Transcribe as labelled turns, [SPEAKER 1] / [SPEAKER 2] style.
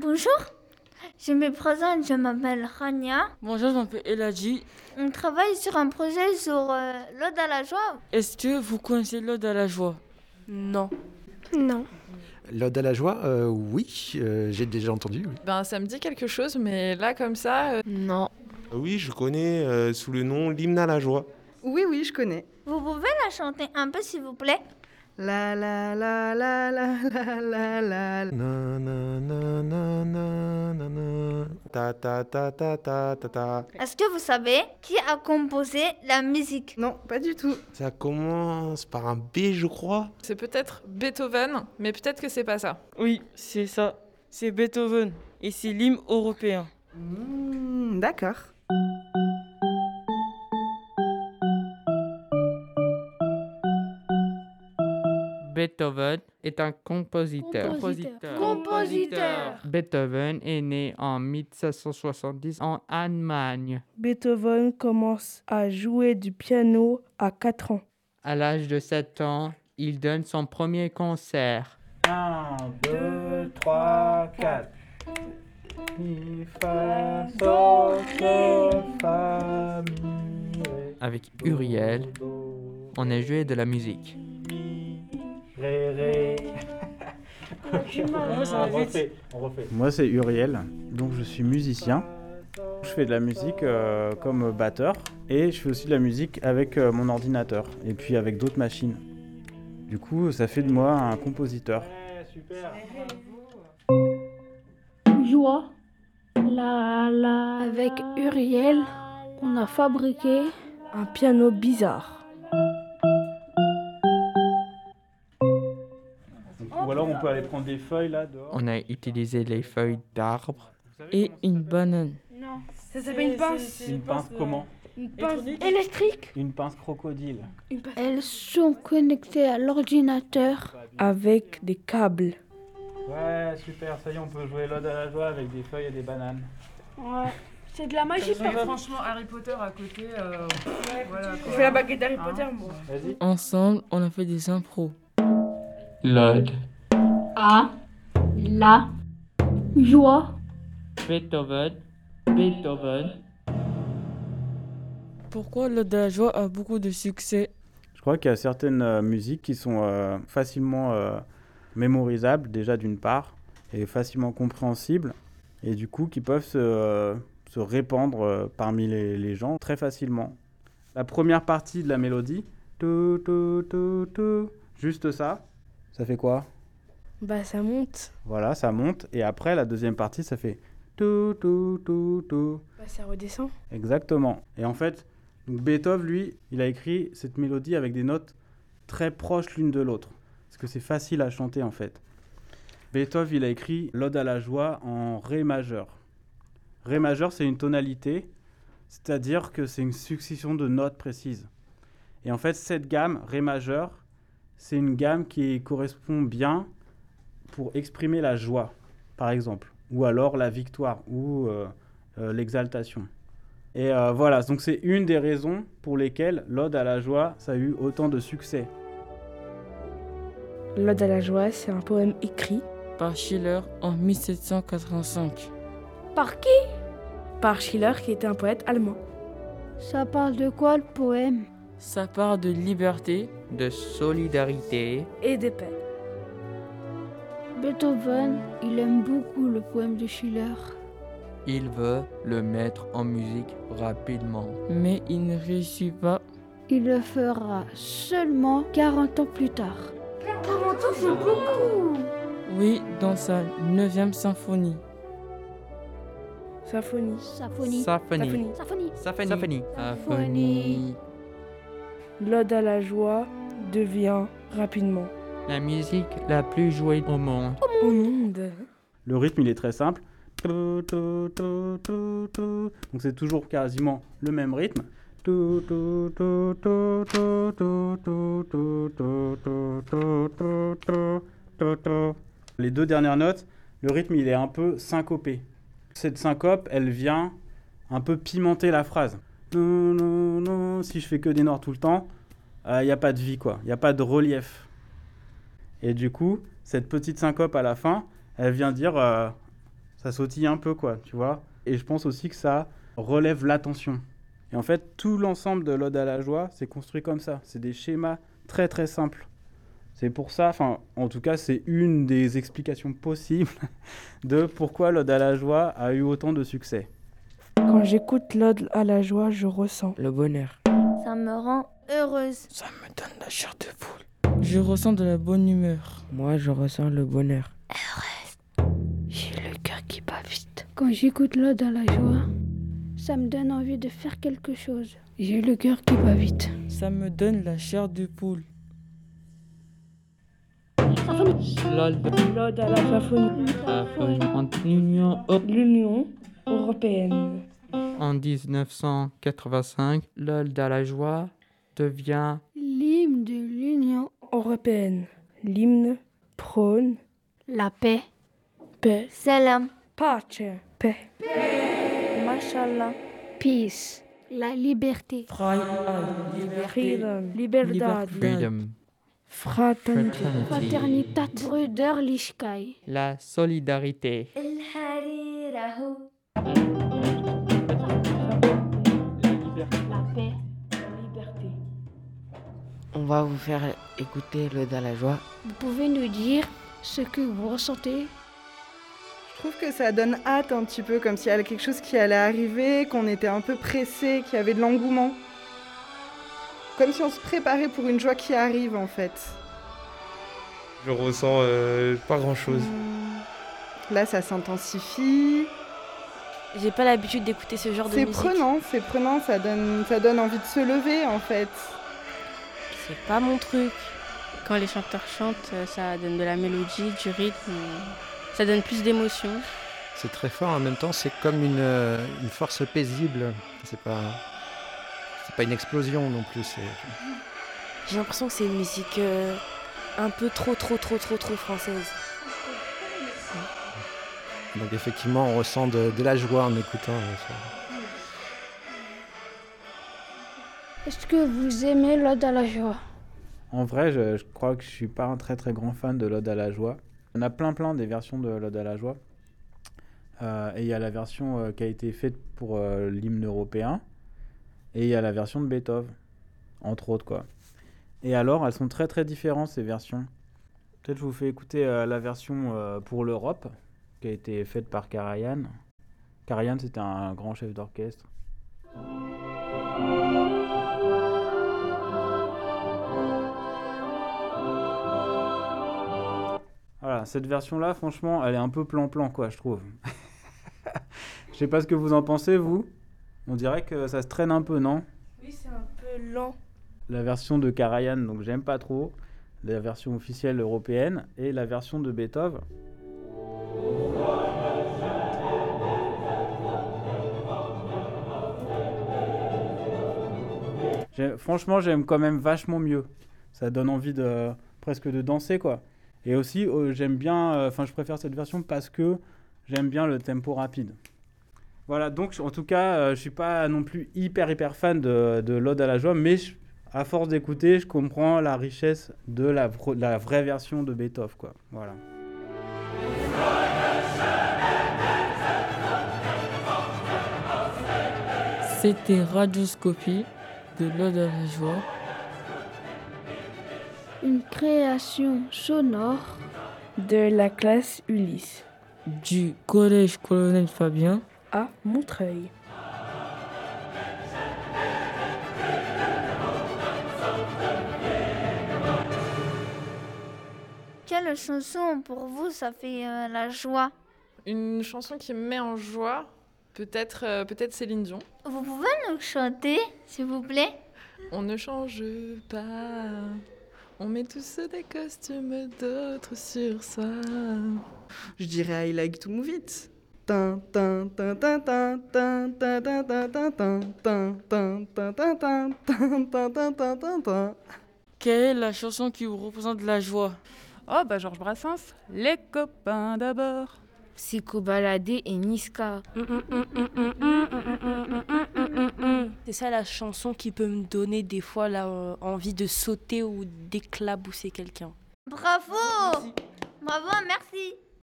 [SPEAKER 1] Bonjour, je me présente, je m'appelle Rania.
[SPEAKER 2] Bonjour, je m'appelle Eladji.
[SPEAKER 1] On travaille sur un projet sur euh, l'eau à la joie.
[SPEAKER 2] Est-ce que vous connaissez l'ode à la joie Non.
[SPEAKER 3] Non.
[SPEAKER 4] L'ode à la joie, euh, oui, euh, j'ai déjà entendu. oui.
[SPEAKER 5] Ben, ça me dit quelque chose, mais là, comme ça. euh,
[SPEAKER 3] Non.
[SPEAKER 6] Oui, je connais euh, sous le nom l'hymne à la joie.
[SPEAKER 7] Oui, oui, je connais.
[SPEAKER 1] Vous pouvez la chanter un peu s'il vous plaît
[SPEAKER 7] La la la la la la la la la.
[SPEAKER 6] Na, na, na, na, na, na, na. Ta ta ta ta ta ta ta.
[SPEAKER 1] Est-ce que vous savez qui a composé la musique
[SPEAKER 7] Non, pas du tout.
[SPEAKER 6] Ça commence par un B, je crois.
[SPEAKER 5] C'est peut-être Beethoven, mais peut-être que c'est pas ça.
[SPEAKER 2] Oui, c'est ça. C'est Beethoven et c'est l'hymne européen.
[SPEAKER 7] Hmm, D'accord.
[SPEAKER 8] Beethoven est un compositeur.
[SPEAKER 3] Compositeur.
[SPEAKER 1] Compositeur.
[SPEAKER 8] Beethoven est né en 1770 en Allemagne.
[SPEAKER 9] Beethoven commence à jouer du piano à 4 ans.
[SPEAKER 8] À l'âge de 7 ans, il donne son premier concert.
[SPEAKER 10] 1, 2, 3, 4. Mi, fa, sol, do, fa, mi, ré.
[SPEAKER 8] Avec Uriel,
[SPEAKER 10] do,
[SPEAKER 8] on a joué de la musique.
[SPEAKER 10] mi, ré, ré.
[SPEAKER 2] Ouais, ça
[SPEAKER 10] on
[SPEAKER 2] va vite.
[SPEAKER 10] refait, on refait.
[SPEAKER 11] Moi, c'est Uriel, donc je suis musicien. Je fais de la musique euh, comme batteur et je fais aussi de la musique avec euh, mon ordinateur et puis avec d'autres machines. Du coup, ça fait de moi un compositeur.
[SPEAKER 10] Ouais, super.
[SPEAKER 9] Joie. La, la, Avec Uriel, on a fabriqué un piano bizarre.
[SPEAKER 11] Ou alors, on peut aller prendre des feuilles là dehors.
[SPEAKER 8] On a utilisé les feuilles d'arbres.
[SPEAKER 2] Et une banane.
[SPEAKER 3] Non. Ça s'appelle une pince.
[SPEAKER 11] Une pince comment
[SPEAKER 3] Une
[SPEAKER 2] pince
[SPEAKER 3] pince électrique.
[SPEAKER 11] Une pince crocodile.
[SPEAKER 3] Une pince.
[SPEAKER 9] Elles sont connectées à l'ordinateur avec des câbles.
[SPEAKER 11] Ouais, super, ça y est, on peut jouer l'ode à la joie avec des feuilles et des bananes.
[SPEAKER 3] Ouais. C'est de la magie. par contre.
[SPEAKER 5] franchement, Harry Potter à côté. euh,
[SPEAKER 3] Je fais la baguette
[SPEAKER 5] Hein
[SPEAKER 3] d'Harry Potter, moi.
[SPEAKER 11] Vas-y.
[SPEAKER 2] Ensemble, on a fait des impros.
[SPEAKER 8] L'ode.
[SPEAKER 9] À la joie.
[SPEAKER 8] Beethoven. Beethoven.
[SPEAKER 2] Pourquoi l'ode à la joie a beaucoup de succès
[SPEAKER 11] Je crois qu'il y a certaines euh, musiques qui sont euh, facilement euh, mémorisables, déjà d'une part, et facilement compréhensibles, et du coup qui peuvent se, euh, se répandre euh, parmi les, les gens très facilement. La première partie de la mélodie, tout, tout, tout, tout, juste ça, ça fait quoi
[SPEAKER 3] Bah, ça monte.
[SPEAKER 11] Voilà, ça monte, et après la deuxième partie, ça fait tout, tout, tout, tout.
[SPEAKER 3] Bah, ça redescend.
[SPEAKER 11] Exactement. Et en fait, donc Beethoven, lui, il a écrit cette mélodie avec des notes très proches l'une de l'autre. Parce que c'est facile à chanter, en fait. Beethoven, il a écrit l'Ode à la joie en Ré majeur. Ré majeur, c'est une tonalité, c'est-à-dire que c'est une succession de notes précises. Et en fait, cette gamme, Ré majeur, c'est une gamme qui correspond bien pour exprimer la joie, par exemple, ou alors la victoire, ou euh, euh, l'exaltation. Et euh, voilà, donc c'est une des raisons pour lesquelles l'Ode à la joie, ça a eu autant de succès.
[SPEAKER 9] L'Ode à la joie, c'est un poème écrit
[SPEAKER 2] Par Schiller en 1785.
[SPEAKER 9] Par qui Par Schiller, qui était un poète allemand.
[SPEAKER 1] Ça parle de quoi le poème
[SPEAKER 2] Ça part de liberté,
[SPEAKER 8] De solidarité.
[SPEAKER 9] Et des paix.
[SPEAKER 1] Beethoven, il aime beaucoup le poème de Schiller.
[SPEAKER 8] Il veut le mettre en musique rapidement.
[SPEAKER 2] mais il ne réussit pas.
[SPEAKER 1] Il le fera seulement 40 ans plus tard.
[SPEAKER 2] Oui, dans sa 9 symphonie.
[SPEAKER 9] Symphonie.
[SPEAKER 1] Symphonie.
[SPEAKER 8] Symphonie.
[SPEAKER 1] Symphonie.
[SPEAKER 8] Symphonie.
[SPEAKER 1] Symphonie.
[SPEAKER 9] L'Ode à la joie devient rapidement
[SPEAKER 8] La musique la plus jouée au monde.
[SPEAKER 9] au monde.
[SPEAKER 11] Le rythme, il est très simple. Tou, tou, tou, tou, tou. Donc c'est toujours quasiment le même rythme. Tou, tou, tou, tou, tou, tou, tou, tou, tou, tou, tou, tou, tou, tou, tou. Les deux dernières notes, le rythme, il est un peu syncopé. Cette syncope, elle vient un peu pimenter la phrase. Non, non, non, si je fais que des noirs tout le temps, il n'y a pas de vie, quoi. Il n'y a pas de relief. Et du coup, cette petite syncope à la fin, elle vient dire euh, ça sautille un peu, quoi, tu vois. Et je pense aussi que ça relève l'attention. Et en fait, tout l'ensemble de l'Ode à la joie, c'est construit comme ça. C'est des schémas très très simples. C'est pour ça, enfin, en tout cas, c'est une des explications possibles de pourquoi l'Ode à la joie a eu autant de succès.
[SPEAKER 3] Quand j'écoute l'ode à la joie, je ressens
[SPEAKER 12] le bonheur.
[SPEAKER 13] Ça me rend heureuse.
[SPEAKER 2] Ça me donne la chair de poule. Je ressens de la bonne humeur.
[SPEAKER 12] Moi, je ressens le bonheur.
[SPEAKER 1] J'ai le cœur qui bat vite. Quand j'écoute l'ode à la joie, ça me donne envie de faire quelque chose. J'ai le cœur qui bat vite.
[SPEAKER 2] Ça me donne la chair de poule.
[SPEAKER 3] L'ode à la symphonie.
[SPEAKER 8] En Union
[SPEAKER 3] L'Union européenne.
[SPEAKER 8] en 1985, l'Olde à la joie devient
[SPEAKER 3] L'hymne de l'Union européenne. L'hymne prône la paix. Paix.
[SPEAKER 13] Salam.
[SPEAKER 3] Pace. Paix.
[SPEAKER 13] Mashallah.
[SPEAKER 1] Peace. La liberté.
[SPEAKER 3] Freedom. Libertad.
[SPEAKER 8] Freedom,
[SPEAKER 3] Fraternité.
[SPEAKER 1] Fraternitat. Brüderlichkeit.
[SPEAKER 8] la solidarité.
[SPEAKER 1] La paix.
[SPEAKER 12] On va vous faire écouter l'Ode à la joie.
[SPEAKER 1] Vous pouvez nous dire ce que vous ressentez
[SPEAKER 7] Je trouve que ça donne hâte un petit peu, comme s'il y avait quelque chose qui allait arriver, qu'on était un peu pressé, qu'il y avait de l'engouement. Comme si on se préparait pour une joie qui arrive en fait.
[SPEAKER 14] Je ressens euh, pas grand chose.
[SPEAKER 7] Hmm. Là, ça s'intensifie.
[SPEAKER 15] J'ai pas l'habitude d'écouter ce genre de
[SPEAKER 7] C'est
[SPEAKER 15] musique.
[SPEAKER 7] prenant, c'est prenant, ça donne, ça donne envie de se lever en fait.
[SPEAKER 15] C'est pas mon truc. Quand les chanteurs chantent, euh, ça donne de la mélodie, du rythme, euh, ça donne plus d'émotion.
[SPEAKER 4] C'est très fort en même temps, c'est comme une, euh, une force paisible. C'est pas, c'est pas une explosion non plus. c'est-
[SPEAKER 15] J'ai l'impression que c'est une musique euh, un peu trop, trop, trop, trop, trop française.
[SPEAKER 4] Donc effectivement, on ressent de, de la joie en écoutant. euh, ça.
[SPEAKER 1] Est-ce que vous aimez l'ode à la joie
[SPEAKER 11] En vrai, je, je crois que je suis pas un très très grand fan de l'Ode à la joie. On a plein plein des versions de l'Ode à la joie. Euh, et il y a la version euh, qui a été faite pour euh, l'hymne européen. Et il y a la version de Beethoven, entre autres quoi. Et alors, elles sont très très différentes ces versions. Peut-être je vous fais écouter euh, la version euh, pour l'Europe, qui a été faite par Karajan. Karajan, c'était un grand chef d'orchestre. Voilà, cette version-là, franchement, elle est un peu plan-plan, quoi, je trouve. Je sais pas ce que vous en pensez, vous. On dirait que ça se traîne un peu, non
[SPEAKER 3] Oui, c'est un peu lent.
[SPEAKER 11] La version de Karajan, donc j'aime pas trop. La version officielle européenne et la version de Beethoven. J'ai- Franchement, j'aime quand même vachement mieux. Ça donne envie de presque de danser quoi. Et aussi, euh, j'aime bien, euh, enfin, je préfère cette version parce que j'aime bien le tempo rapide. Voilà, donc je- en tout cas, euh, je suis pas non plus hyper hyper fan de, de l'ode à la joie, mais je- à force d'écouter, je comprends la richesse de la, vro- la vraie version de Beethoven quoi. Voilà.
[SPEAKER 2] C'était Radioscopie de l'Ode à la joie.
[SPEAKER 1] Une création sonore
[SPEAKER 3] De la classe Ulysse
[SPEAKER 2] Du collège colonel Fabien.
[SPEAKER 3] à Montreuil.
[SPEAKER 13] Quelle chanson pour vous ça fait euh, la joie
[SPEAKER 5] Une chanson qui me met en joie, peut-être euh, peut-être Céline Dion.
[SPEAKER 13] Vous pouvez nous chanter, s'il vous plaît
[SPEAKER 5] On ne change pas, on met tous des costumes d'autres sur soi.
[SPEAKER 7] Je dirais I like to move it. Tin, tin, tin, tin, tin, tin, tin, tin, tin, tin, tin, tin, tin, tin, tin, tin, tin, tin, tin, tin, tin, tin.
[SPEAKER 2] Quelle est la chanson qui vous représente la joie
[SPEAKER 16] Oh bah Georges Brassens, les copains d'abord.
[SPEAKER 15] Psychobaladé et Niska. C'est ça la chanson qui peut me donner des fois la euh, envie de sauter ou d'éclabousser quelqu'un.
[SPEAKER 13] Bravo Bravo, merci